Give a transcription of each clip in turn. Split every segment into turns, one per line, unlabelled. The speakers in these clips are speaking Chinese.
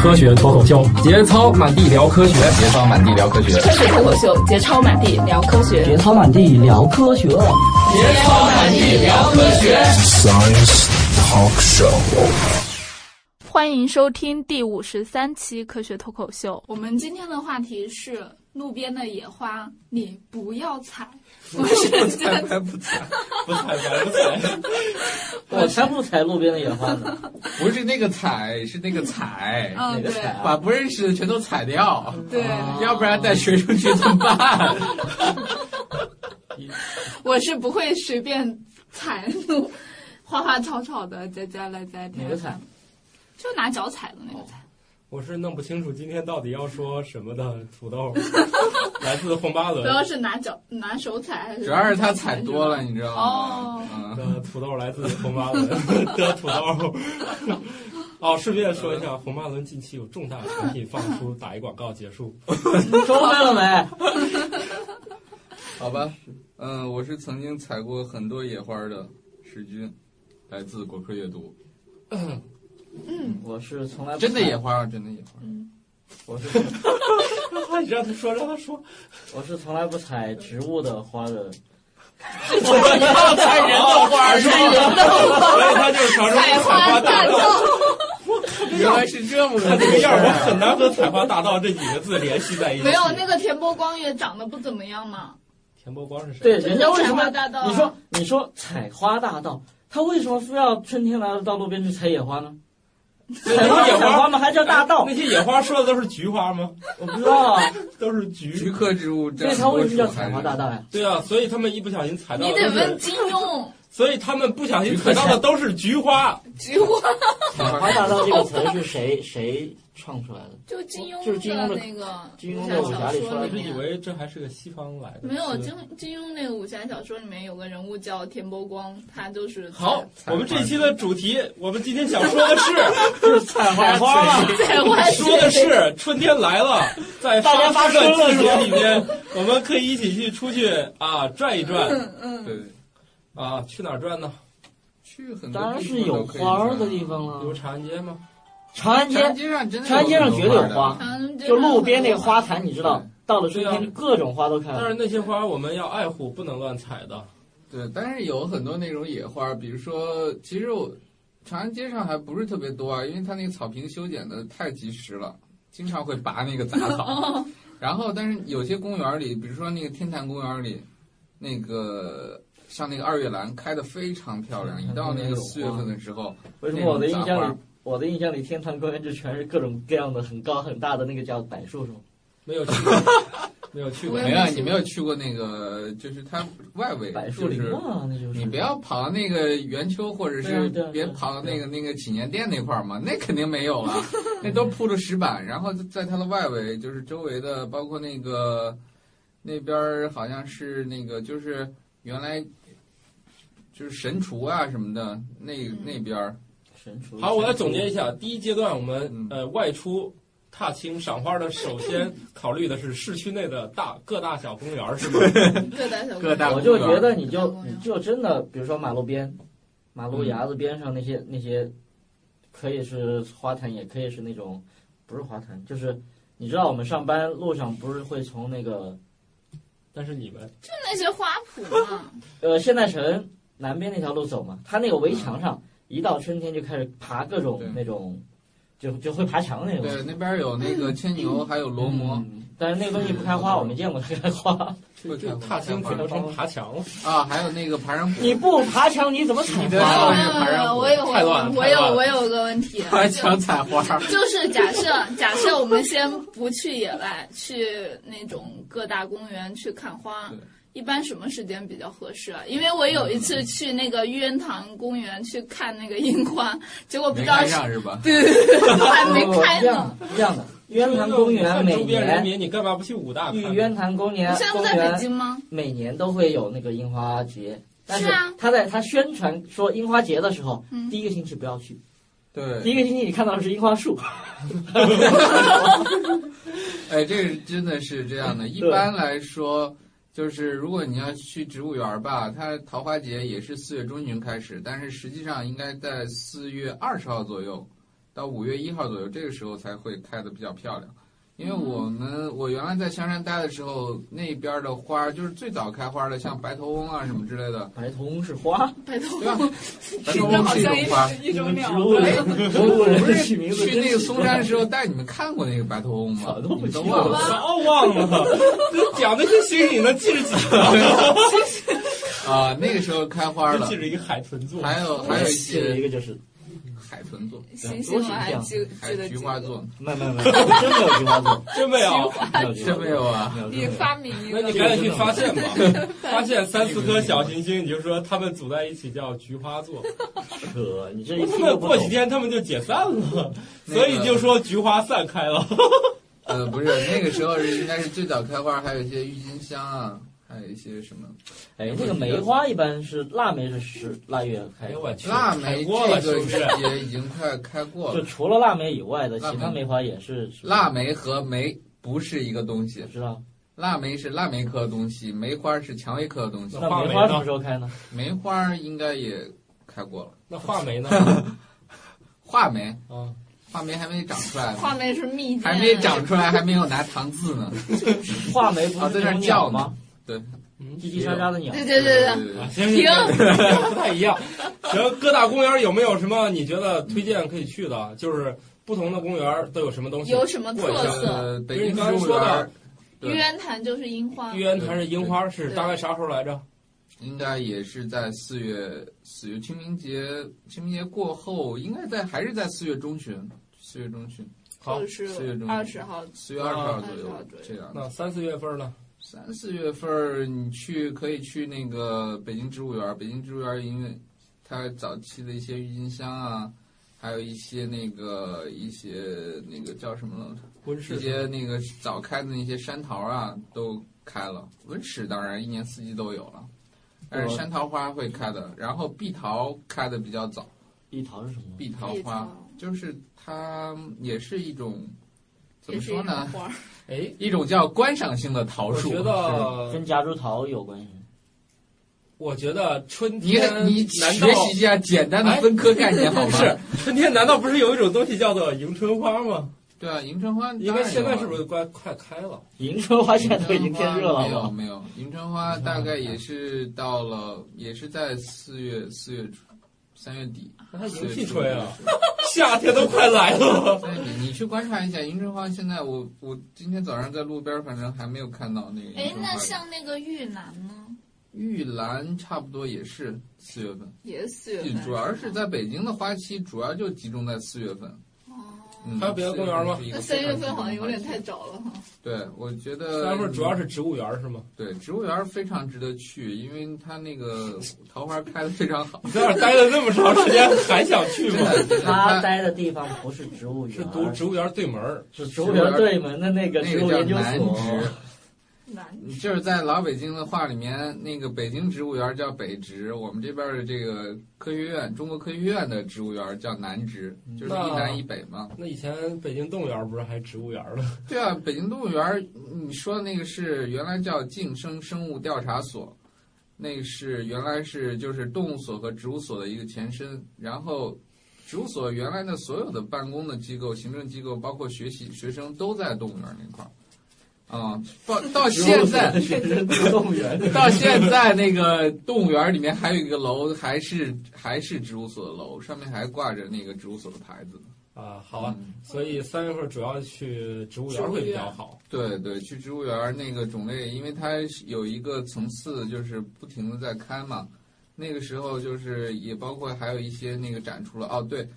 科学脱口秀，节操满地聊科学，
节操满地聊科学，
科学脱口秀，节操满地聊科学，
节操满地聊科学，节
操满地聊科学。
Science Talk Show。
欢迎收听第五十三期科学脱口秀。
我们今天的话题是路边的野花，你不要采。我是
采才不采，不采白不采。
我才不采路边的野花呢！
不是那个采，是那个采。
嗯，对，
把不认识的全都采掉。
对，
要不然带学生去怎么办？
我是不会随便采路，花花草草的摘摘来摘
哪个采？
就拿脚踩的那个踩、哦，
我是弄不清楚今天到底要说什么的。土 豆来自红
哦
巴伦，
主要是拿脚拿手踩还是？
主要是他踩多了，你知道
吗？
哦，嗯、土豆来自红巴 伦的土豆。哦，顺便说一下，红巴伦近期有重大产品放出，打一广告结束。
收费了没？
好吧，嗯、呃，我是曾经采过很多野花的石军，来自果壳阅读。
嗯，我是从来
真的野花啊，真的野花。嗯，
我是
哎你让他说，让他说。
我是从来不采植物的花的。
我要采人的花，
是人的花，
所以他就是传说采花大盗。
原来是这么
个这个样儿，我很难和“采花大盗”这几个字联系在一起。
没有那个田伯光也长得不怎么样嘛。
田伯光是谁？
对，哎人家为什么？
大盗
你说，你说采花大盗，他为什么非要春天来了到路边去采野花呢？
采花野
花吗？还叫大盗？
那些野花说的都是菊花吗？
我不知道啊，
都是菊
菊科植物。
所以他为什么叫采花大盗呀？
对啊，所以他们一不小心采到
你得问金 庸。
所以他们不小心采到的都是菊花。
菊花。
采花大盗这个词是谁谁创出来的？
就金庸，
就是金庸的
那个
金庸的武侠里出来的。
我以为这还是个西方来的。
没有金金庸那个武侠小说里面有个人物叫田伯光，他就是
好。我们这期的主题，我们今天想说的是。
就是采花
花，
采花
说的是春天来了，在
发
发展技术里面，我们可以一起去出去啊转一转。
嗯，
对，
啊，去哪儿转呢？
去很
当然是有花的地方了。
有长安街吗？
长安街，
长安
街上绝对有花，就路边那个花坛，你知道，到了春天各种花都开了。
但是那些花我们要爱护，不能乱采的。
对，但是有很多那种野花，比如说，其实我。长安街上还不是特别多啊，因为它那个草坪修剪的太及时了，经常会拔那个杂
哦
草。然后，但是有些公园里，比如说那个天坛公园里，那个像那个二月兰开的非常漂亮。一到那个四月份的时候，
为什么我的印象里，我的印象里天坛公园就全是各种各样的很高很大的那个叫柏树是吗？
没有去过， 没有去过。
没有，哎你没有去过那个，就是它外围，就是
啊
你不要跑到那个圆丘，或者是别跑到那个那个祈年殿那块儿嘛，那肯定没有了，那都铺着石板。然后在它的外围，就是周围的，包括那个那边好像是那个，就是原来就是神厨啊什么的，那那边儿。
神厨。
好，我来总结一下，第一阶段我们呃外出。踏青赏花的，首先考虑的是市区内的大各大小公园，是吗？
各大小
各大，
我就觉得你就你就真的，比如说马路边、马
嗯
路牙子边上那些那些，可以是花坛，也可以是那种不是花坛，就是你知道我们上班路上不是会从那个，
但是你们
就那些花圃嘛，
呃，现代城南边那条路走嘛，它那个围
嗯
墙上，一到春天就开始爬各种那种。就就会爬墙那种。
对，那边有那个牵牛，还有
嗯
罗摩，
但是那东西不开花，我没见过它开花。
就踏青可能成爬墙了
啊，还有那个爬山虎。
你不爬墙，你怎么采
花？
呃我有
太乱了，
我有我有个问题。
爬墙采花。
就是假设假设我们先不去野外，去那种各大公园去看花。一般什么时间比较合适啊？因为我有一次去那个玉渊堂公园去看那个樱花，结果不知道
是吧？
对对对，还没开
呢。这样的，玉渊堂公园每
年你干嘛不去武大？
玉渊堂公园
现在不在北京吗？
每年都会有那个樱花节，但
是
他在他宣传说樱花节的时候，第一个星期不要去。
对，
第一个星期你看到的是樱花树。
哎，这个真的是这
嗯
样的。一般来说。就是如果你要去植物园吧，它桃花节也是四月中旬开始，但是实际上应该在四月二十号左右到五月一号左右，这个时候才会开的比较漂亮。因为我
嗯
们我原来在香山待的时候，那边的花就是最早开花的，像白头翁啊什么之类的。
白头翁是花，
白头
对吧？白头
这
翁
好
是一
像
种花。
一一种鸟。
哎，我不是
起名字
去那个嵩山的时候带你们看过那个白头翁吗？
早都不
你们都
记
忘
了
了
早忘 了，这讲的是星星能记着几个？
啊、那个时候开花了
记，着一个海豚座，
还有还有一
记了一
些
个就是，
海豚座，
星星我还记
还有
记得
菊
几
花
个。
座，
没有没有没有，真没有菊花座，
真没有。
没有菊花
真
座
没有啊？
没有，真没
你
有
发明一
那你
个，
赶紧去发现吧，发现三四颗小行星，你就说它们组在一起叫菊花座。
扯，你这一
我他
听
妈
就不
过
懂
几。天他们就解散了，
那个
所以就说菊花散开了。
呃，不是，那个时候是应该是最早开花，还有一些郁金香啊，还有一些什么
哎，那个梅花一般是腊梅是十腊月开
哎呦
花
我，去，
腊
开
梅，
锅了
这
是
个
不
季
是？
节已经快开过
就
了。
除了腊梅以外的
腊梅
其他梅花也是
腊，梅和梅不是一个东西
我，知道。
腊梅是腊梅科的东西，梅花是蔷薇科的东西，
那
话梅
梅花
呢
什么时候开呢？
梅花应该也开过了。
那画眉 呢？
画梅，
啊，
画梅还没长出来呢，
画眉是蜜饯，
还没长出来，还没有拿糖字呢。
画梅不
啊
是
在那儿
那
叫
种鸟吗？
对，
嗯
叽叽喳喳的鸟。
对对对对，
对
啊
对，
行行行， 不太一样。行，各大公园有没有什么你觉得推荐可以去的？就是不同的公园都有什么东西？
有什么特色？
呃，北京
你
植
刚才
物
说
园
的
儿对
玉渊潭就是樱花
玉，渊潭是樱花，是大概啥时候来着？
应该也是在四月四月清明节，清明节过后，应该在还是在四月中旬，四月中旬，
好
就，
四月
是
中
二十号。
四月二十号
啊
左
20
右
号左右
这样。
那三四月份呢？
三四月份儿你去可以去那个北京植物园儿，北京植物园儿因为它早期的一些郁金香啊，还有一些那个一些那个叫什么了，
温
一些那个早开的那些山桃啊都开了，温室当然一年四季都有了，但是山桃花会开的，然后碧桃开的比较早，
嗯
碧桃是什么？
碧桃
碧
花
桃
就是它也是一种怎
也
么
是一
说
种
呢，
花儿，
哎，
一种叫观赏性的桃
我
树。
觉得，
跟夹竹桃有关系吗？
我觉得春
你
天
你
难
学
道哎
习一下简单的分科概念好吗？
是春天？难道不是有一种东西叫做迎春花吗？
对啊，迎春花
应该现在是不是快快开了？
迎春花现
迎春花
在都已经天热了
没有
吧？
没有，迎春花大概也是到了，也是在四月四月初三月底。
那它
四
迎
月
屁
初
吹
的
啊！
时候！
夏天都快来 了。
三月底，你去观察一下迎春花。现在我我今天早上在路边，反正还没有看到那个
哎
迎，春花
那
的。
像那个玉兰呢，
玉兰差不多也是四月份，
也是四月份。
主要是在北京的花期，主要就集中在四月份。
哦
嗯
还有别的公园吗？
那三月份好像有点
太。
太早了哈。
对，我觉得嗯
三月份主要是植物园是吗？。
对植物园儿非常值得去，因为它那个桃花开的非常 好
你在那儿待了那么长时间，还想去
真
啊
吗？
的，真的
他
它
待的地方不是植物 园，
是读植物园对门儿，
是植物园对门的那个
那
植
个
物
叫
研究
南
所
植。，
南
你就是在老北京的话里面，那个北京植物园儿叫北植，我们这边儿的这个科学院，中国科学院的植物园儿叫南植，就是一
哦
南一北嘛。
那以前北京动物园不是还植物园儿呢？
对啊，北京动物园儿，你说的那个是原来叫晋生生物调查所，那个是原来是就是动物所和植物所的一个前身。然后，植物所原来的所有的办公的机构、行政机构，包括学习学生都在动物园儿那块儿。啊、到到现在，
学生动物园，
到现在，那个动物园里面还有一个楼，还是还是植物所的楼，上面还挂着那个植物所的牌子。嗯
啊，好啊，所以三月份主要去植物园会比较好。
对对，去植物园儿那个种类，因为它是有一个层次，就是不停的在开嘛。那个时候就是也包括还有一些那个展出了哦，对，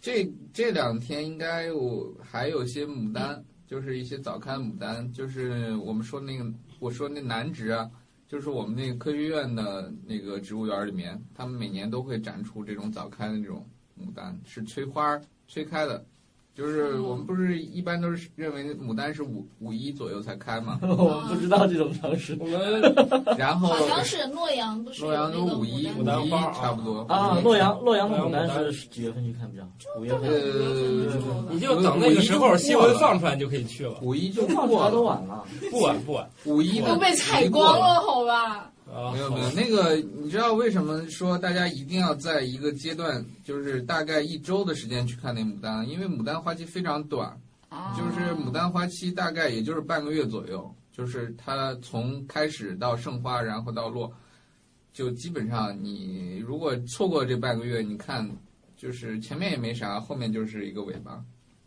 这这两天应该我还有些牡丹，就是一些早开牡丹，就是我们说那个我说那南植啊，就是我们那个科学院的那个植物园儿里面，他们每年都会展出这种早开的那种牡丹，是催花儿催开的，就是我们不是一般都是认为牡丹是五五一左右才开嘛，
我们不知道这种常 识。
我们
然后
好像是洛阳，不是有
哦洛阳
那
都
个
五一
丹
牡丹
一
花啊
差不多
啊，洛阳洛阳的牡
洛阳牡
丹
丹
是几月份去看比较好？五月份，
呃，
你就等 那个时候新闻放出来，你就可以去了。
五一就
放
过
假都
了，
晚了。
不晚不晚，
五一
都被踩光了，好吧？
啊，
没有没有，那个你知道为什么说大家一定要在一个阶段，就是大概一周的时间去看那牡丹？因为牡丹花期非常短，就是牡丹花期大概也就是半个月左右，就是它从开始到盛花，然后到落，就基本上你如果错过这半个月，你看就是前面也没啥，后面就是一个尾巴，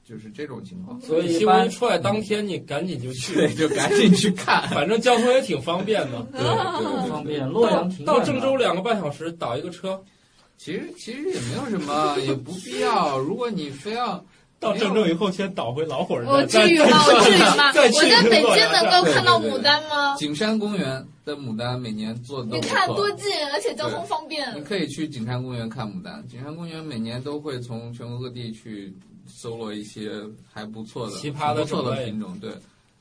就是这种情况。
所以新闻一出来当天，你赶紧就 去，
对，就赶紧去看。
反正交通也挺方便 的。
对对
方
对。
便。洛阳挺远的
到郑州两个半小时倒一个车，
其实其实也没有什么， 也不必要。如果你非要
到郑州以后先倒回老火人。
我至于吗？
再
我至于吗？
再去
我在北京能够
对对
看到
对对
牡丹吗？
景山公园的牡丹每年做的都
你
不
看
错
多近，啊而且交通方便。
嗯
你可以去景山公园看牡丹。景山公园每年都会从全国各地去搜罗一些还不错的、
奇葩的
不错
种
的
类
品种。对，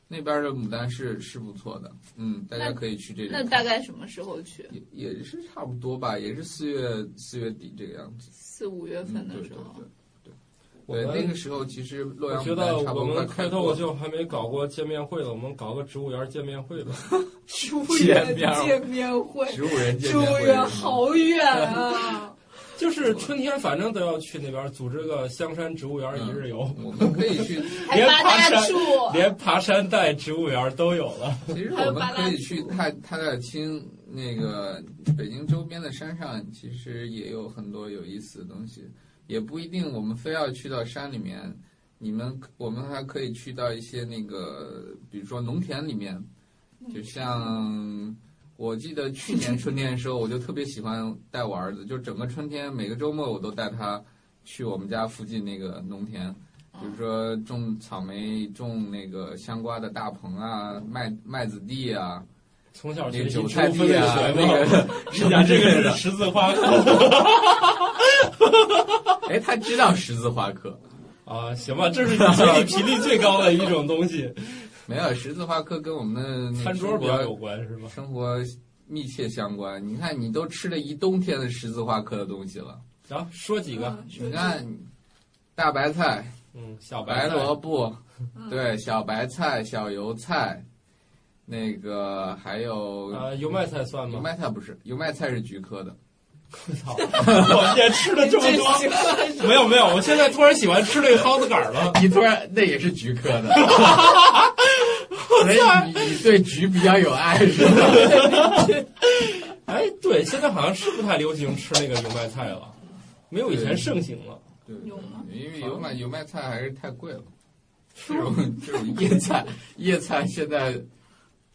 那边的牡丹是是不错的，嗯，大家可以去这里
那
看。
大概什么时候去？
也也是差不多吧，也是四月四月底这个样子。
四五月
嗯，
份
对
的
对
时候。
我
对，
们
对那个时候其实洛
我
阳
觉
牡
得
丹差
我
不多快
们
开
开
过
脱口
了。
秀还没搞过见面会了，我们搞个植物园见面会吧。
植
嗯
物
见
园
面儿
见面会，
植物人见
植
面
物
会
园好远啊！
就是春天，反正都要去那边组织个香山植物园一日游，
我们可以去，
还八大树，
连爬山带植物园都有了。
其实我们可以去太太大清那个北京周边的山上，其实也有很多有意思的东西，也不一定我们非要去到山里面。你们我们还可以去到一些那个，比如说农田里面，就像我记得去年春天的时候，我就特别喜欢带我儿子，就整个春天每个周末我都带他去我们家附近那个农田，比如说种草莓、种那个香瓜的大棚啊、麦麦子地啊、
从小
那
学
个
习
韭
植
菜
物分
地
类
啊、
学
那
嘛，
个
你讲这个是十字花科
哎，他知道十字花科。
啊？行吧，这是你整体频率最高的一种东 西，
没有，十字花科跟我们的那
餐桌比较有关是吗？
生活密切相关。你看，你都吃了一冬天的十字花科的东西了。
行，说几个，
嗯
嗯
你看，大白菜、
嗯，小
白
白菜
萝卜，对，小白菜、小油菜，那个还有
啊，油麦菜算
油
吗？
麦菜不是，油麦菜是菊科的。
我 操，我天，吃 了这么多，没有没有，我现在突然喜欢吃那个蒿子杆儿了。
你突然那也是菊科的，所以你你对菊比较有爱是吧？
哎，对，现在好像是不太流行吃那个油麦菜了，没有以前盛行了。
对，
有吗
因为油麦油麦菜还是太贵了，这种这种叶菜叶菜现在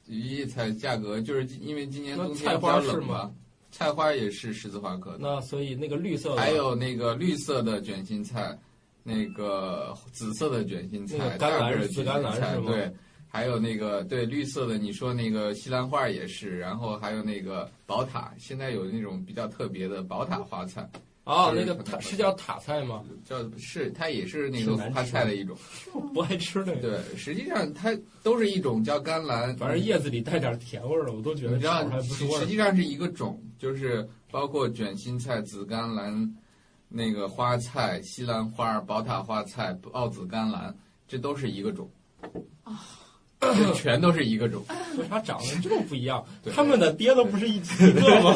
叶菜价格就是因为今年
那
冬天
菜
比较
花是
冷嘛
吗，
菜花也是十字花科的，
那所以那个绿色的，
还有那个绿色的卷心菜，那个紫色的卷心
那
菜，
个甘
大
蓝
个儿的
是紫
卷
甘
心
蓝
菜
是吗
对。还有那个对绿色的，你说那个西兰花也是，然后还有那个宝塔，现在有那种比较特别的宝塔花菜，
啊，那个塔是叫塔菜吗？
叫是它也是那
挺
个
难
花
吃
菜
的
的一种。
我不爱吃那个，
对，实际上它都是一种叫甘蓝，
反正叶子里带点甜味儿了，我都觉得
你知
吃着
道
还，不
实
错
实。际上是一个种，就是包括卷心菜、紫甘蓝、那个花菜、西兰花、宝塔花菜、奥紫甘蓝，这都是一个种。
哦
这全都是一个种，
为啥长得这么不一 样
对？
他们的爹都不是一一个吗？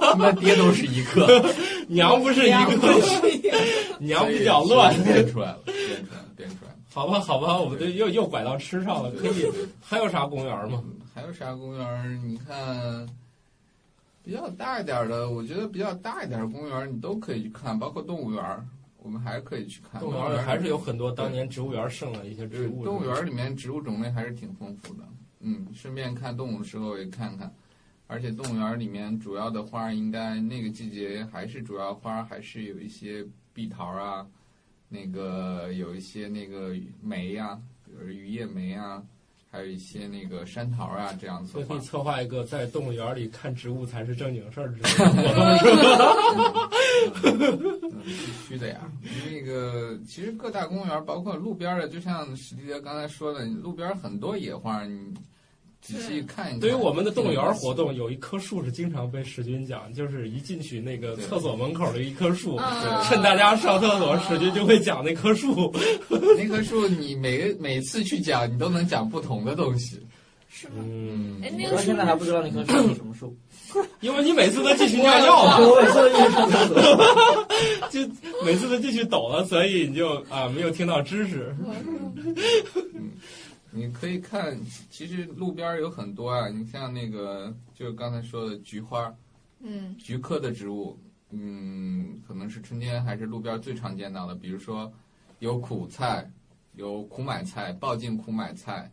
他们爹都是一 个，
娘不是一个， 娘比较乱。
所以变出来了，变出来了，变出来了。
好吧，好吧，我们这又又拐到吃上了。哦可以，还有啥公园吗？
还有啥公园儿？你看，比较大一点儿的，我觉得比较大一点儿的公园儿你都可以去看，包括动物园儿，我们还可以去看。
动物
动物
园里
园儿
还是有很多当年植物园剩的一些
就是
植物。
动物园儿里面植物种类还是挺丰富的。嗯，顺便看动物的时候也看看，而且动物园儿里面主要的花儿应该那个季节还是主要花儿还是有一些碧桃儿啊，那个有一些那个梅呀、比如榆叶梅啊，还有一些那个山桃儿啊这样子
所
的
以可以
花儿。
策划一个在动物园里看植物才是正经事儿之类 的活动。
嗯，必须的呀。那个，其实各大公园，包括路边儿的，就像史蒂德刚才说的，路边儿很多野花，你仔细看一看。
对于我们的动物园活动，有一棵树是经常被史军讲，就是一进去那个
对
厕所门口的一棵树，
啊
趁大家上厕所，史军就会讲那棵树。
那棵树，你每个每次去讲，你都能讲不同的东西。
是吗？
嗯，
哎，那
我
个
到
是
现在还不知道那棵树是什么树。
因为你每次都继续尿尿嘛，
我也说一
就每次都继续抖了，所以你就啊没有听到知识。
嗯你可以看，其实路边儿有很多啊，你像那个就是刚才说的菊花，
嗯
菊科的植物，嗯，可能是春天还是路边儿最常见到的，比如说有苦菜，有苦买菜、抱茎苦买菜，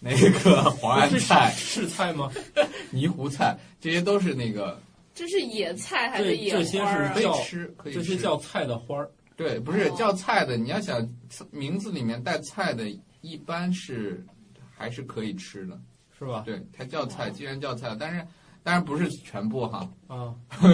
那个黄安
是
菜、
是菜吗？
泥糊菜，这些都是那个
这是野菜还是
对
野
这些
花儿啊
可
是？叫
以吃，可以
这
吃。
些叫菜的花儿。
对，不是
哦
叫菜的。你要想名字里面带菜的，一般是还是可以吃的。
是吧？
对，它叫
哦
菜，既然叫菜，但是当然不是全部哈，
啊，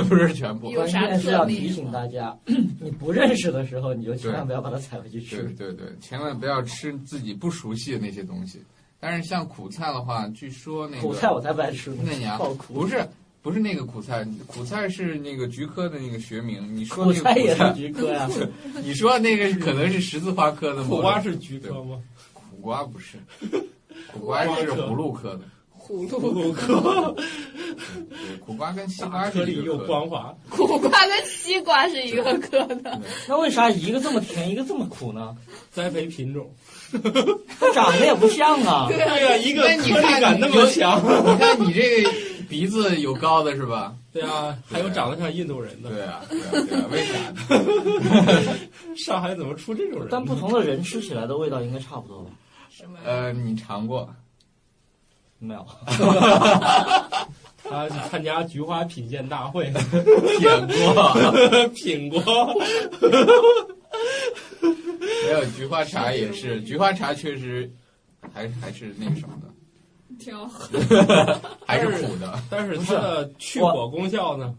不是全部
有。
关
啥
键是
特
要
例
提
吗
醒大家，你不认识的时候，你就千万不要把它采回去
对
吃。
对对，千万不要吃自己不熟悉的那些东西。但是像苦菜的话，据说那个
苦菜我才不爱吃呢
嫩，芽
爆苦
啊不。是不是那个苦菜，苦菜是那个菊科的那个学名。你说
苦
那个
菜
苦
也是
菜，
菊 科呀，
你说那个是可能是十字花科的某
苦
种
瓜是菊科吗？
苦瓜不是，苦瓜是葫芦科的。
葫
葫
芦、
芦科，
对，苦瓜跟西瓜
大颗
是
粒
一
又
个科
光 滑。
苦瓜跟西瓜是一个科的，
那为啥一个这么甜，一个这么苦呢？
栽培品种，
它长得也不像 啊。
对呀，一个
那你
颗粒
看
感
你
那
有
么强，
你看你这个鼻子有高的是吧？
对啊，还有长得像印度人的，
对啊，对啊，对 啊，为啥呢？
上海怎么出这种人？
但不同的人吃起来的味道应该差不多吧？
什么？
呃，你尝过？
没有，
他去参加菊花品鉴大会，
舔过？
品过。
没有，菊花茶也是，菊花茶确实还还是那个什么的，
挺好。
还是苦的。
但是它的去火功效呢，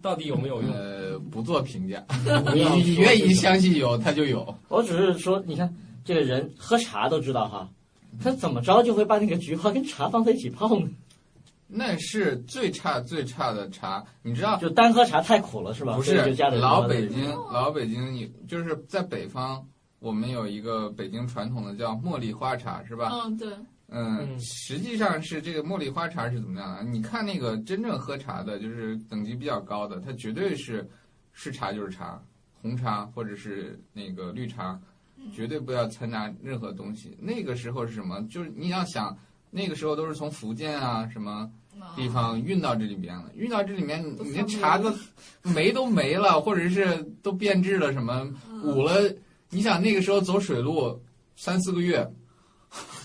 到底有没有用？
呃，不做评价，
不
你
要
你
说
愿
这
意
个
相信有，它就有。
我只是说，你看这个人喝茶都知道哈，他怎么着就会把那个菊花跟茶放在一起泡呢？
那是最差最差的茶，你知道？
就单喝茶太苦了是吧？
不
所以
是
就加点
老
菊花在
北
里面
京，老北京有就是在北方，我们有一个北京传统的叫茉莉花茶，是吧？
嗯，对，
嗯，
嗯
实际上是这个茉莉花茶是怎么样的？啊你看那个真正喝茶的，就是等级比较高的，它绝对是是茶就是茶，红茶或者是那个绿茶，绝对不要掺杂任何东西。那个时候是什么？就是你要想，那个时候都是从福建啊什么地方运到这里边了，运到这里面，
都
你
发
那
霉
茶都霉都没了，或者是都变质了，什么捂了。你想那个时候走水路三四个月，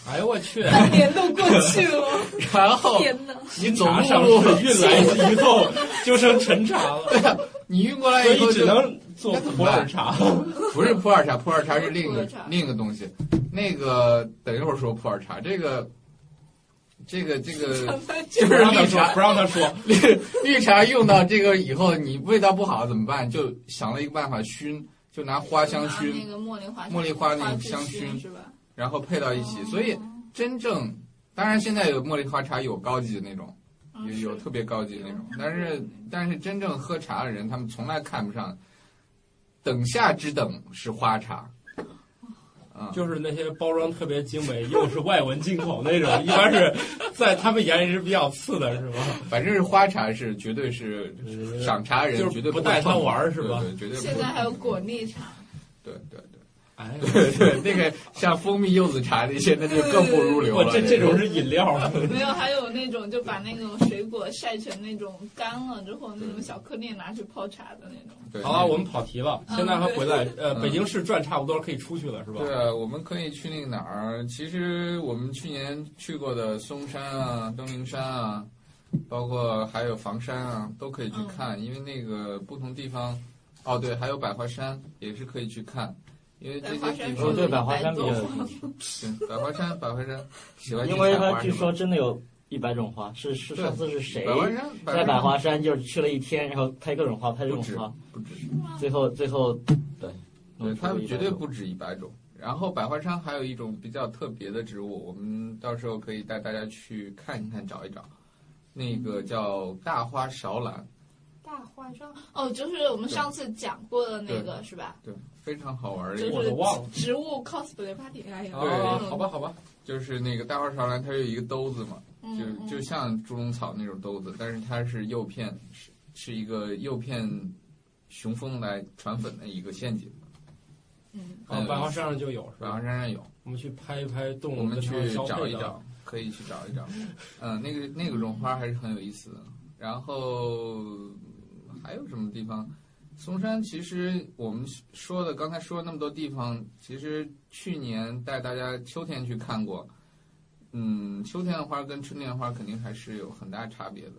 哎呦我去！
半 年都过去了，
然后
天哪！
你走
茶上
陆路
是运来以后就剩陈茶 了，
你运过来
所
以后
以只
就
能做普洱茶。
不是普洱茶，普洱茶是另一
普
个
洱茶
另一个东西。那个等一会儿说普洱茶，这个这个这个 就
不
是
让他
绿
说，
茶
不让他说。
绿绿茶用到这个以后，你味道不好怎么办？就想了一个办法熏，就拿花香
拿
熏，
啊那个茉莉花，
茉莉花那个
枝
香薰
是吧？
然后配到一起。所以真正当然现在有茉莉花茶有高级的那种，
嗯
有有
是嗯
特别高级的那种，但是但是真正喝茶的人，他们从来看不上等下之等是花茶。
哦
啊，
就是那些包装特别精美，又是外文进口那种，一般是在他们眼里是比较次的，是吧？
反正是花茶是绝对是赏茶人，
呃就是
绝对
不带
带
他玩儿是吧
对，对绝对不会
现在还有果 粒茶，
对对对
哎，
对对，那个像蜂蜜柚子茶那些，那就更不入流
呃我
了。
这
那
这种是饮料，
没有，还有那种就把那种水果晒成那种干了之后，那种小颗粒拿去泡茶的那种。
对
好了，啊我们跑题了，现在还回来。
嗯
呃，北京市转差不多可以出去了，是吧？
对啊，我们可以去那个哪儿？其实我们去年去过的嵩山啊、登灵山啊，包括还有房山啊，都可以去看，
嗯
因为那个不同地方，哦对，还有百花山也是可以去看，因为这些地
百花
哦，
方
山
对
对，百花山比较有兴趣，
百花山，百花山喜欢去
因为
采花
它据
是吧
说真的有一百种花，是是
对
上次是谁
百花山，
在百
山
花山就是去了一天，然后拍各种花，拍各种
不止
花，
不止，
最后最后对，
对，
弄出
它
了一百
绝对
种
不止一百种。然后百花山还有一种比较特别的植物，我们到时候可以带大家去看一看、找一找。那
嗯
个叫大花芍兰，
大花妆哦，就是我们上次讲过的那个是吧？
对非常好玩的
就
一个。
我都忘了
是植物 cosplay party，哎呀，
对
啊，好吧，好吧，
就是那个大花朝兰，它有一个兜子嘛，
嗯
就
嗯
就像猪笼草那种兜子，但是它是诱骗，是是一个诱骗雄蜂来传粉的一个陷阱。
嗯，
啊，百花山上就有是
百花
吧？
山上有，
我们去拍一拍动物，
我们
跟
去
它们消
找
费
一
的
找，可以去找一找。嗯，那个那个绒花还是很有意思的。然后还有什么地方？嵩山其实我们说的刚才说了那么多地方，其实去年带大家秋天去看过。嗯，秋天的花跟春天的花肯定还是有很大差别的。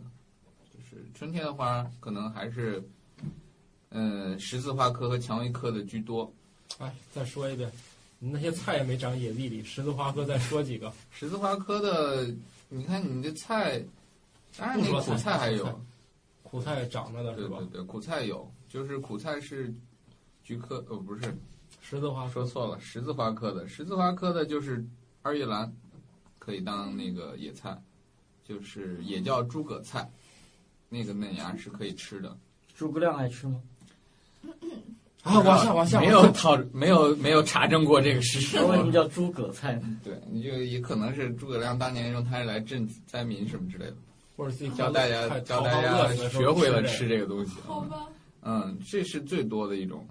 就是春天的花可能还是，嗯，十字花科和蔷薇科的居多。
哎，再说一遍，你那些菜也没长野地里，十字花科再说几个，
十字花科的，你看你这菜，当然
不说
那苦
菜
还
不
有
说，苦菜长着的
对
是吧
对？对，苦菜有，就是苦菜是菊科，呃，不是，
十字花
说错了，十字花科的，十字花科的就是二月兰，可以当那个野菜，就是也叫诸葛菜，那个嫩芽是可以吃的。
诸葛亮爱吃吗？
啊，往下往下，
没
往
有
下
讨，没有没有查证过这个事 实。
为什么叫诸葛菜呢？
对，你就也可能是诸葛亮当年用它来赈灾民什么之类的。
或者自己
教大家
看
教大家学会了吃。这个东西。
好吧，
嗯，这是最多的一种。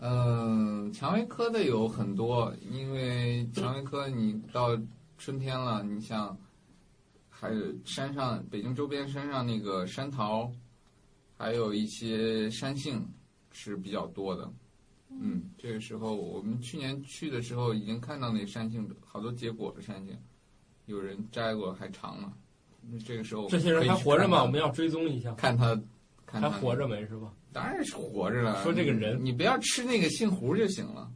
嗯，蔷薇科的有很多，因为蔷薇科你到春天了，你像还有山上北京周边山上那个山桃，还有一些山杏是比较多的。嗯，这个时候我们去年去的时候已经看到那山杏好多结果的山杏，有人摘过还尝了。那这个时候我
这
们
些人
可以
还
去
活着
看
吗？
看
我们要追踪一下，
看他，看
还
他
活着，没是吧？
当然是活着了。
说这个人
你不要吃那个杏核就行了。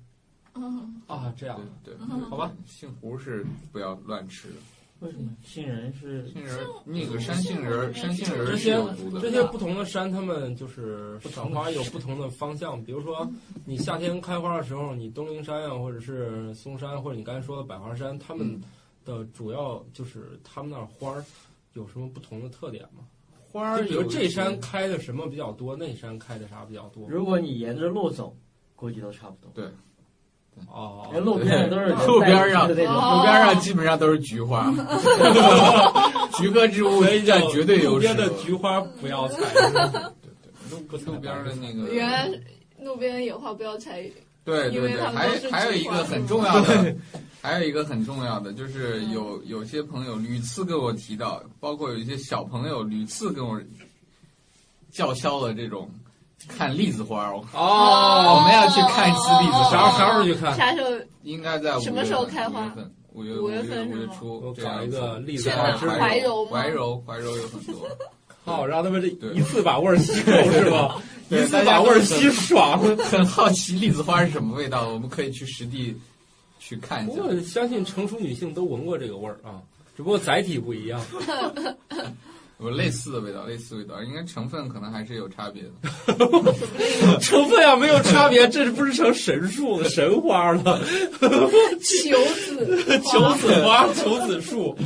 嗯，
啊，这样
对对，
嗯
好吧，
杏核是不要乱吃的。
为什么？杏仁是
杏仁儿，那个山杏仁儿，山杏仁
这
儿是
些
有毒
这
的。嗯
些不同的山，他们就是赏花有不同的方向。比如说，你夏天开花的时候，你东陵山啊，或者是嵩山，或者你刚才说的百花山，他们
嗯
的主要就是他们那儿花儿有什么不同的特点吗？
花儿
就比如
有
这山开的什么比较多，那山开的啥比较多？
如果你沿着路走，估计都差不多。
哦
因为，路边上都是人
路边上
带着的那种，
哦
路边上基本上都是菊 花， 菊科植物
所以
占
叫
绝对
路
优势
边。的菊花不要采，是吧
路路边儿的那个，
原来路边的野花不要采，
对
因
对
为
对，
他们
还
都是
还有
菊
一
花
个很
是
重
吗
要的，还有一个很重要的，就是
嗯
有有些朋友屡次跟我提到，包括有一些小朋友屡次跟我叫嚣了这种看栗子花哦，
哦
我们要去看一次栗子
啥
花，
啥时候去看？
哦啥时候
应该在
什么时候开花
五月份，
五
五
月
月
份
五
是
月
吗
初
我
这
搞
样
一
子
个栗子啊花
天哪
之
哪
旅
怀，柔吗
怀柔，怀柔有很 多。
好哦让他们这
对
一次把味儿吸够是吧？
对
一次把味儿吸爽。
很好奇栗子花是什么味道，我们可以去实地去 看
不
一下。
过相信成熟女性都闻过这个味儿啊，只不过载体不一 样。
有类似的味道，类似味道，应该成分可能还是有差别的。
成分啊要没有差别，这不是成神树了、神花了？
求子
求子花、求子树，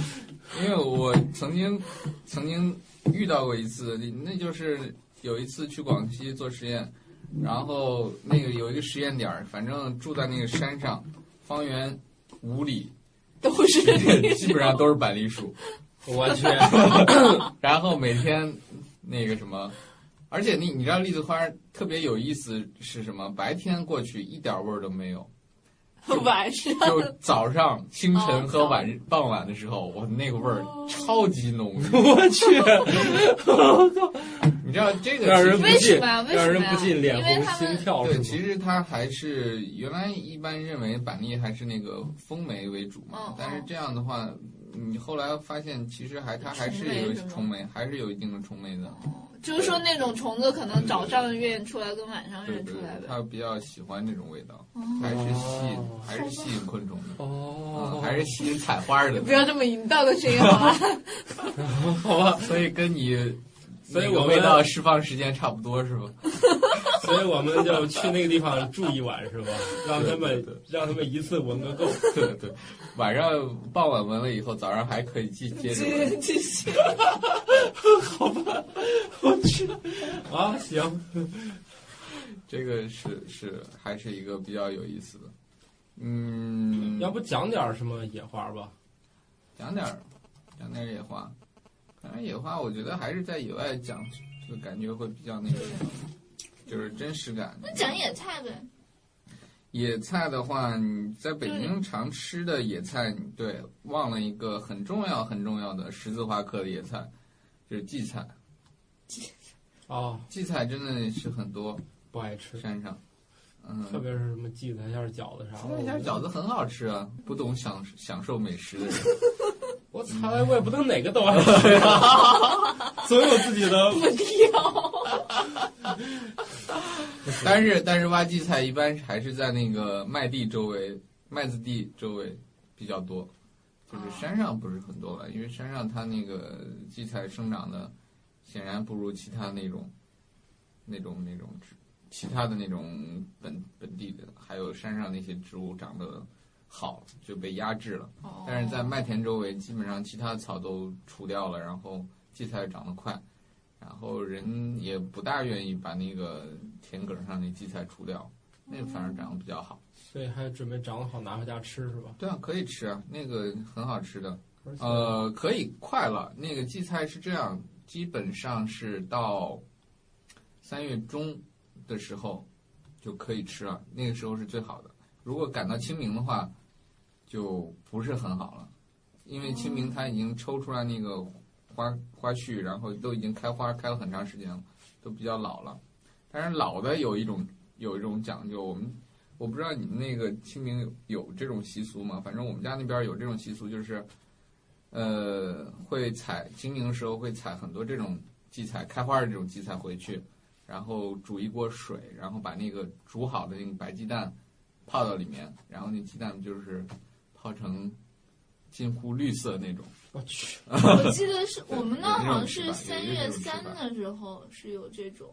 因为我曾经曾经遇到过一次，那就是有一次去广西做实验，然后那个有一个实验点儿，反正住在那个山上，方圆五里
都是
基本上都是板栗树，
我去，
然后每天那个什么。而且你你知道栗子花特别有意思是什么？白天过去一点味儿都没有，
晚上
就早上、清晨和
哦
晚傍晚的时候，我那个味儿超级浓郁。
我 去，
你知道这个
让人
其
不
实
为什
禁，
么啊为什么
让
呀
人不禁脸
因
红
为他
心
们
跳，
对，
是
其
吗？
实它还是原来一般认为板栗还是那个风梅为主嘛，
嗯
但是这样的话，你后来发现其实还它还是有虫媒，还是有一定的虫媒的。
哦就是说那种虫子可能早上认出来跟晚上
对
认
对
出来
对，
呗。
它比较喜欢这种味道，
哦
还是吸引还是吸引昆虫的，
哦
嗯，还是吸引采花的。
不要这么淫荡的声音好 吧？
好吧，
所以跟你
所以
那个
我们
味 道释放时间差不多是吧？
所以我们就去那个地方住一晚， 是吧？让他们
对对对
让他们一次闻个够。
对对，晚上傍晚闻了以后，早上还可以继接着闻。
继续，
我去，啊，行，
这个是是还是一个比较有意思的。嗯，
要不讲点什么野花吧？
讲点儿，讲点儿野花。当然，野花我觉得还是在野外讲，就感觉会比较那个，就是真实感。
那讲野菜呗。
野菜的话，你在北京常吃的野菜，你对，忘了一个很重要很重要的十字花科的野菜，就是荠菜。
哦，
荠菜真的是很多，
不爱吃
山上。嗯，
特别是什么荠菜馅饺子啥的。
荠菜馅饺子很好吃啊，不懂享享受美食的人。
我操，我也不能哪个都爱吃啊， 总有自己的
不挑。
但是但是挖荠菜一般还是在那个麦地周围、麦子地周围比较多，就是山上不是很多了，因为山上它那个荠菜生长的显然不如其他那种、那种、那种植其他的那种本本地的，还有山上那些植物长得好就被压制了。
哦
但是在麦田周围，基本上其他草都除掉了，然后荠菜长得快。然后人也不大愿意把那个田埂上那荠菜除掉，那反而长得比较好。
所以还准备长得好拿回家吃是吧？
对啊，可以吃啊，那个很好吃的。呃，可以快了。那个荠菜是这样，基本上是到三月中的时候就可以吃了，那个时候是最好的。如果赶到清明的话，就不是很好了，因为清明它已经抽出来那个。花花絮，然后都已经开花开了很长时间了，都比较老了。但是老的有一种有一种讲究，我们我不知道你们那个清明有有这种习俗吗？反正我们家那边有这种习俗，就是呃会采清明的时候会采很多这种荠菜开花的这种荠菜回去，然后煮一锅水，然后把那个煮好的那个白鸡蛋泡到里面，然后那鸡蛋就是泡成近乎绿色那种。
我去，
我记得是我们那好像是三月三的时候是有这种，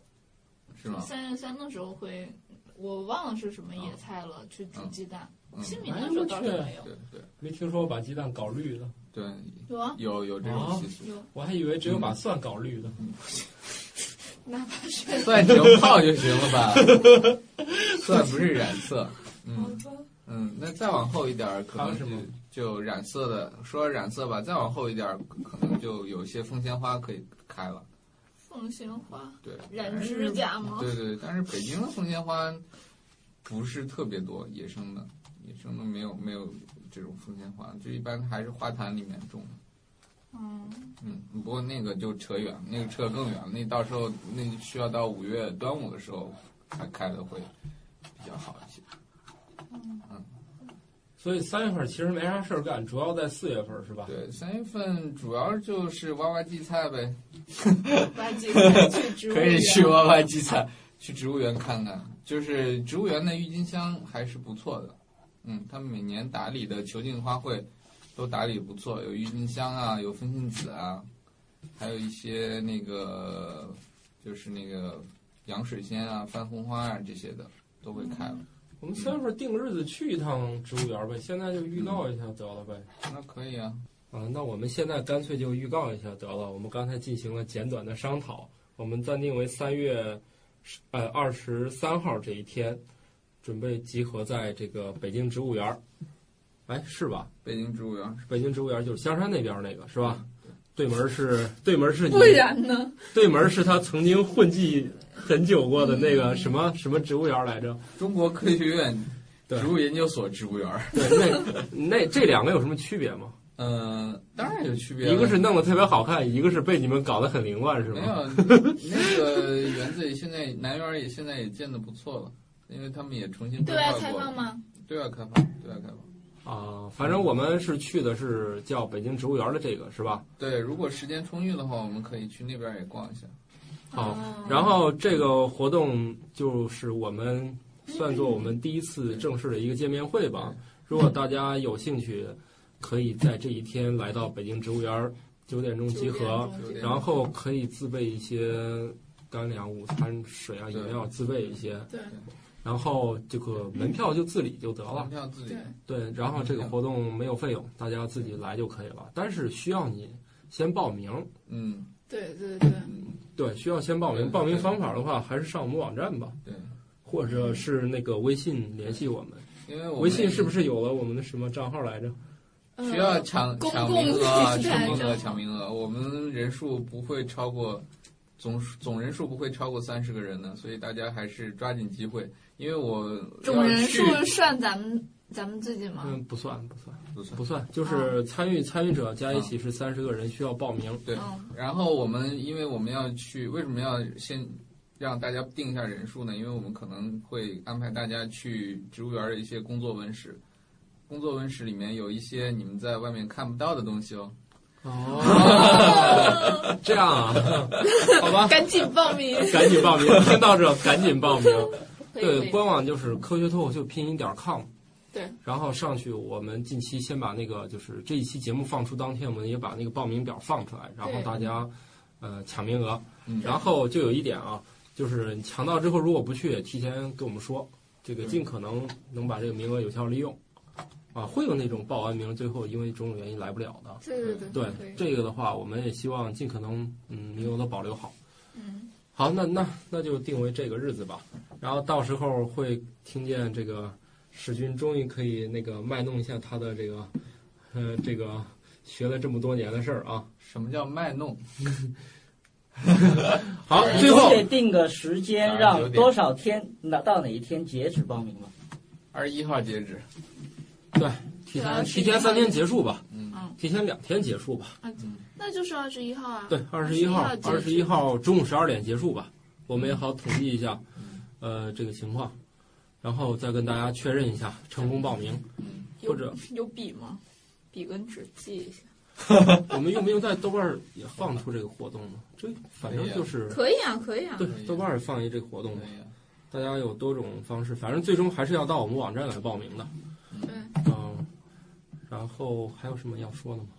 是吗？啊
三月三的时候会，我忘了是什么野菜了，去
嗯
煮鸡蛋。 清明
的
时候倒是没有，
对对，
没听说把鸡蛋搞绿的。
对，
有啊，
有有这种习俗，
我还以为只有把蒜搞绿的，
哪怕是
蒜只用泡就行了吧？蒜不是染色，嗯嗯，那再往后一点可能
还有什么？
就染色的，说染色吧，再往后一点，可能就有些凤仙花可以开了。
凤仙花，
对，
染指甲吗？
对对，但是北京的凤仙花不是特别多，野生的，野生的没有没有这种凤仙花，就一般还是花坛里面种的。
嗯
嗯，不过那个就扯远，那个扯更远，那到时候那需要到五月端午的时候才开的会比较好一些。嗯。
所以三月份其实没啥事儿干，主要在四月份是吧？
对，三月份主要就是挖挖荠菜呗，
挖荠菜去植物园，
可以去挖挖荠菜，去植物园看看。就是植物园的郁金香还是不错的，嗯，他们每年打理的球茎花卉都打理不错，有郁金香啊，有风信子啊，还有一些那个就是那个洋水仙啊、番红花啊这些的都会开了。
我们三月份定个日子去一趟植物园呗，现在就预告一下得了呗。
那可以啊，
啊，那我们现在干脆就预告一下得了。我们刚才进行了简短的商讨，我们暂定为三月，呃二十三号这一天，准备集合在这个北京植物园。哎，是吧？
北京植物园，
北京植物园就是香山那边那个是吧？对门是对门是你，
不然呢？
对门是他曾经混迹很久过的那个什么什么植物园来着？
中国科学院植物研究所植物园。
对，那那这两个有什么区别吗？
嗯，当然有区别。
一个是弄得特别好看，一个是被你们搞得很凌乱，是吗？
没 有，那个园子现在南园也现在也建的不错了，因为他们也重新
对外开放吗？
对啊外开放，对外开放。
啊，反正我们是去的是叫北京植物园的这个是吧？
对，如果时间充裕的话，我们可以去那边也逛一下。哦
好，
嗯
然后这个活动就是我们算作我们第一次正式的一个见面会
嗯
吧。如果大家有兴趣，可以在这一天来到北京植物园，九点钟集合，然后可以自备一些干粮、午餐、水啊、饮料，自备一些。
对。
然后这个门票就自理就得了，
门票自理。
对，然
嗯
后这个活动没有费用，大家自己来就可以了。但是需要你先报名。
嗯，
对对对。
对，需要先报名。报名方法的话，还是上我们网站吧。
对。
或者是那个微信联系我们。
因为我
微信是不是有了我们的什么账号来着？
需要
嗯
抢
公
抢
共
名额啊，
平
抢
台
名额，
中
抢名额。我们人数不会超过总数总人数不会超过三十个人的，所以大家还是抓紧机会，因为我
总人数
要去
算咱们咱们自己吗？
嗯，不算不算
啊不算啊
不算，就是参与参与者加一起是三十个人，需要报名。
对，
嗯，
然后我们因为我们要去，为什么要先让大家定一下人数呢？因为我们可能会安排大家去植物园的一些工作温室，工作温室里面有一些你们在外面看不到的东西哦。
哦， 这样啊，好吧，
赶紧报名。
赶紧报名，听到这赶紧报名。
可以可
对，
以
官网就是科学脱口秀拼音点儿 com。
对。
然后上去，我们近期先把那个就是这一期节目放出当天，我们也把那个报名表放出来，然后
对
大家呃抢名额。
嗯
然后就有一点啊，就是你抢到之后如果不去，提前跟我们说，这个
对
尽可能能把这个名额有效利用。啊，会有那种报完名最后因为种种原因来不了的。
对对对
对
可以
这个的话，我们也希望尽可能嗯名额都保留好。
嗯，
好，那那那就定为这个日子吧。然后到时候会听见这个史军终于可以那个卖弄一下他的这个，呃，这个学了这么多年的事儿啊。
什么叫卖弄？
好，最
你
后
得定个时间，
晚上九点
让多少天哪到哪一天截止报名嘛？
二十一号截止。
对提前提前三天结束吧，
嗯
嗯
提前两天结束吧。
那就是二十一号啊。
对，二十一号，二十一号中午十二点结束吧。我们也好统计一下，呃，这个情况，然后再跟大家确认一下成功报名，
嗯
或者
有笔吗？笔跟纸记一下。
我们用不用在豆瓣儿也放出这个活动呢？这反正就是
可以啊，可以 啊。
对
可以
豆瓣儿也放一这个活动
对
嘛，
呀，
大家有多种方式，反正最终还是要到我们网站来报名的。
对
嗯，然后还有什么要说的吗？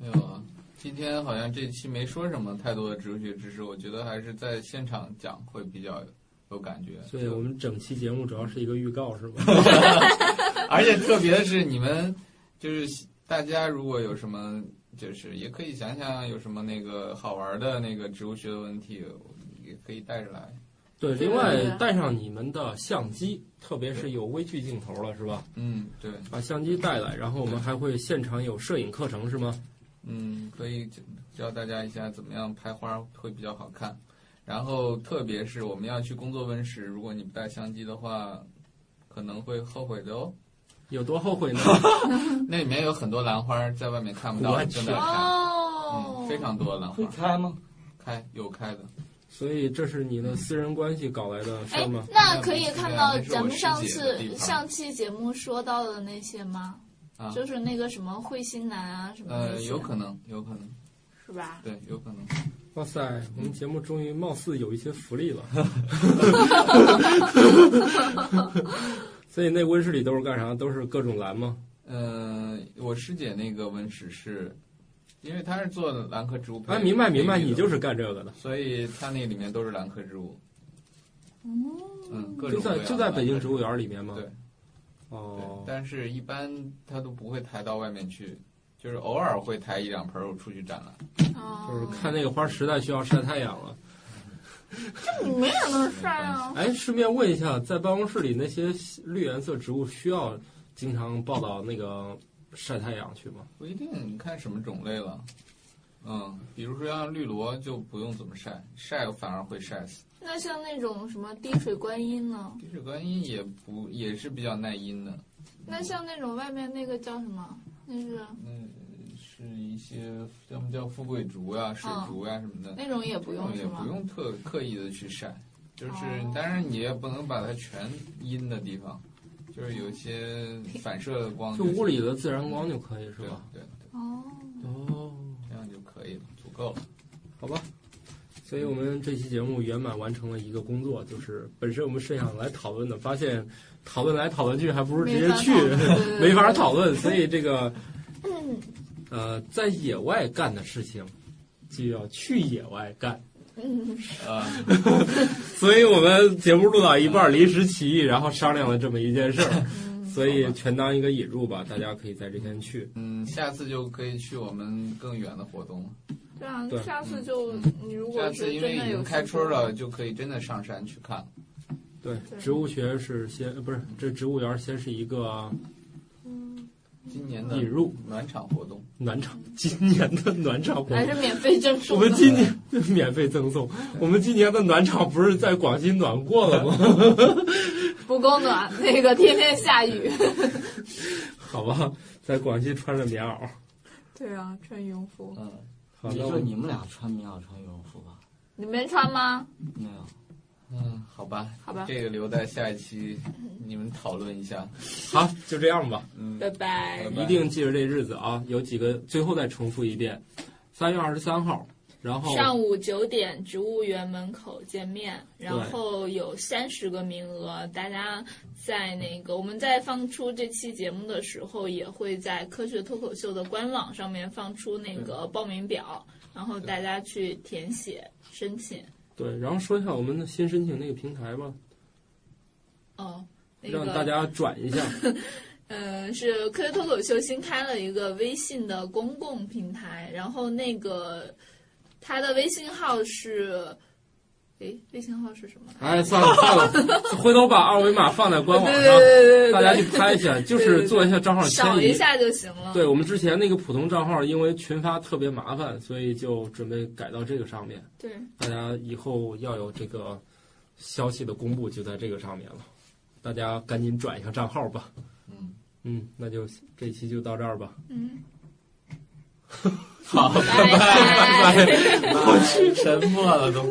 没有啊。今天好像这期没说什么太多的哲学知识，我觉得还是在现场讲会比较有感觉。
所以我们整期节目主要是一个预告，是吧？
而且特别的是，你们就是大家如果有什么，就是也可以想想有什么那个好玩的那个植物学的问题，也可以带着来。
对，
对
另外
对对
带上你们的相机，特别是有微距镜头了，是吧？
嗯，对，
把相机带来，然后我们还会现场有摄影课程，是吗？
嗯，可以教大家一下怎么样拍花会比较好看。然后，特别是我们要去工作温室，如果你不带相机的话，可能会后悔的哦。
有多后悔呢？
那里面有很多兰花，在外面看不到
我，去
正在开，
哦
嗯，非常多的兰
会
花，
开吗？
开呃有开的。
所以这是你的私人关系搞来的事
哎
儿吗？，
那可以看到咱们上次上期节目说到的那些吗？
啊
就是那个什么彗星男啊什么那
呃，
些，
有可能，有可能，
是吧？
对，有可能。
哇塞，我们节目终于貌似有一些福利 了。所以那温室里都是干啥？都是各种蓝吗？
呃，我师姐那个温室是，因为她是做兰科植物培育
啊，明白明白，
培育的
你就是干这个的，
所以她那里面都是兰科植物。嗯，各
就
种
在
各样的
就在北京植物
兰
园里面吗？
科植物。对，对
哦，
但是一般她都不会抬到外面去，就是偶尔会抬一两盆儿我出去展览。
哦，
就是看那个花实在需要晒太阳了。
你们也能晒啊？
哎，顺便问一下，在办公室里那些绿颜色植物需要经常报道那个晒太阳去吗？
不一定，你看什么种类了。嗯，比如说像绿萝就不用怎么晒，晒反而会晒死。
那像那种什么滴水观音呢？
滴水观音也不也是比较耐阴的。
那像那种外面那个叫什么？那是
嗯，是一些要么叫富贵竹呀、水竹呀、什么的，
嗯那种也不
这种
用
也
是吗
不？用特刻意的去晒，就是
哦
当然你也不能把它全阴的地方，就是有一些反射的光
就
行
屋里的自然光就可以是
对
吧？
对对，
哦，
哦，
这样就可以了，足够了。
好吧。所以我们这期节目圆满完成了一个工作，就是本身我们是想来讨论的，发现讨论来讨论去，还不如直接去， 没
没
法
法
讨论。所以这个
嗯
呃，在野外干的事情，就要去野外干。
嗯，
啊、
所以我们节目录到一半，临时起意，然后商量了这么一件事儿， 所以全当一个引入吧，大家可以在这天去。
嗯，下次就可以去我们更远的活动了。
对啊
对，
下次就你如果
下
是
次因为
真
已
的有
经开
兴趣
春了，就可以真的上山去看了。
对，植物学是先呃不是这植物园先是一个
今年的
引入
暖场活动，
暖场，今年的暖场活动
还是免费赠送
我
的。
们今年免费赠送，我们今年的暖场不是在广西暖过了吗？
不供暖，那个天天下雨。
好吧，在广西穿着棉袄。
对啊，穿羽绒服。
嗯，
好
也
那
就
我
你们俩穿棉袄穿羽绒服吧？
你没穿吗？
没有，
嗯，好吧，
好吧
这个留在下一期你们讨论一下。
好，就这样吧。
嗯，
拜拜。
一定记着这日子啊！有几个，最后再重复一遍：三月二十三号，然后
上午九点，植物园门口见面，然后有三十个名额，大家在那个我们在放出这期节目的时候，也会在科学脱口秀的官网上面放出那个报名表，然后大家去填写申请。
对，然后说一下我们的新申请那个平台吧，
哦，那个
让大家转一下。
嗯，是科学脱口秀新开了一个微信的公共平台，然后那个他的微信号是，诶，微信号是什么？
哎，算了 算了，回头把二维码放在官网
对
上，
对对对对，
大家去拍一下，就是做一下账号
扫
迁
一
移。
下就行了。
对我们之前那个普通账号，因为群发特别麻烦，所以就准备改到这个上面。
对
大家以后要有这个消息的公布，就在这个上面了。大家赶紧转一下账号吧。
嗯
嗯，那就这期就到这儿吧。
嗯，
好，
拜拜。
我去沉默了都。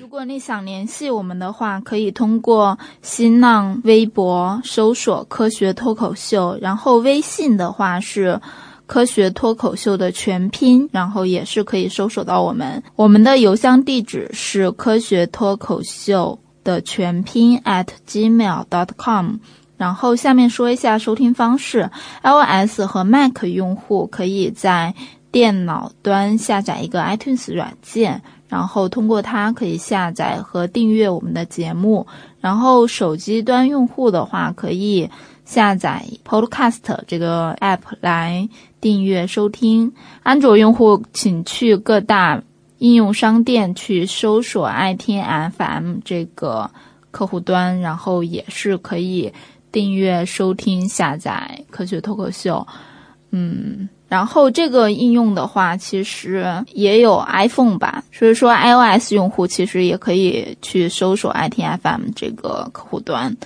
如果你想联系我们的话，可以通过新浪微博搜索“科学脱口秀”，然后微信的话是“科学脱口秀”的全拼，然后也是可以搜索到我们。我们的邮箱地址是“科学脱口秀”的全拼 at gmail.com。然后下面说一下收听方式，iOS 和 Mac 用户可以在电脑端下载一个 iTunes 软件，然后通过它可以下载和订阅我们的节目。然后手机端用户的话，可以下载 Podcast 这个 app 来订阅收听。安卓用户请去各大应用商店去搜索爱听 FM 这个客户端，然后也是可以订阅收听下载《科学脱口秀》。嗯，然后这个应用的话，其实也有 iPhone 吧，所以说 iOS 用户其实也可以去搜索 ITFM 这个客户端。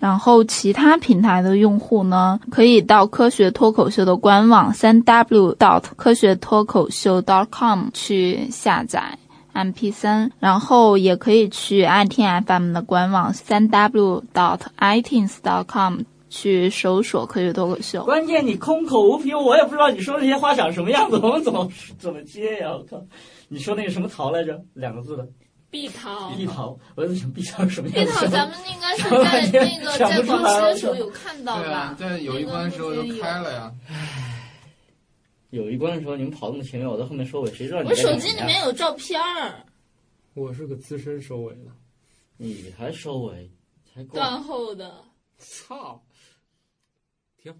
然后其他平台的用户呢，可以到科学脱口秀的官网三 w dot 科学脱口秀 dot com 去下载 MP 3然后也可以去 ITFM 的官网三 w dot itunes dot com 去搜索科学脱口秀。
关键你空口无凭，我也不知道你说那些话长什么样子，我们怎么怎么接呀？我靠！你说那个什么桃来着？两个字的
碧桃，
碧桃，我在想碧桃是什么
碧
样
桃，
子？
咱们应该是在那个在广西的时候有看到
对啊
吧，？
在有一关的时候就开了呀。
有一关的时候，你们跑那么前面，我在后面收尾，谁知道你
我
在哎干
手
嘛呀？
机里面有照片儿，
我是个资深收尾了，
啊
你还收尾，才够。
断后的。
操！停。